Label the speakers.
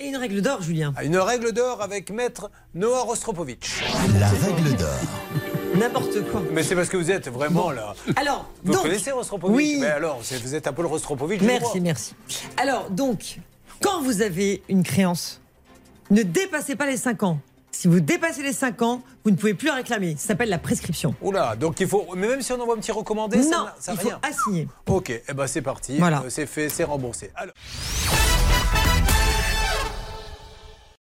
Speaker 1: une règle d'or, Julien.
Speaker 2: Une règle d'or avec maître Noah Rostropovitch.
Speaker 3: La règle d'or.
Speaker 1: N'importe quoi.
Speaker 2: Mais c'est parce que vous êtes vraiment là.
Speaker 1: Alors,
Speaker 2: Vous
Speaker 1: donc,
Speaker 2: connaissez Rostropovitch
Speaker 1: Oui.
Speaker 2: Mais alors, c'est- vous êtes un peu le Rostropovitch. du droit.
Speaker 1: Merci, merci. Alors, donc, quand vous avez une créance, ne dépassez pas les 5 ans. Si vous dépassez les 5 ans, vous ne pouvez plus la réclamer. Ça s'appelle la prescription.
Speaker 2: Oula, donc il faut. Mais même si on envoie un petit recommandé, ça
Speaker 1: non,
Speaker 2: n'a- ça n'a
Speaker 1: il faut
Speaker 2: rien.
Speaker 1: assigner.
Speaker 2: Ok, eh ben c'est parti.
Speaker 1: Voilà.
Speaker 2: Euh, C'est fait, c'est remboursé. Alors.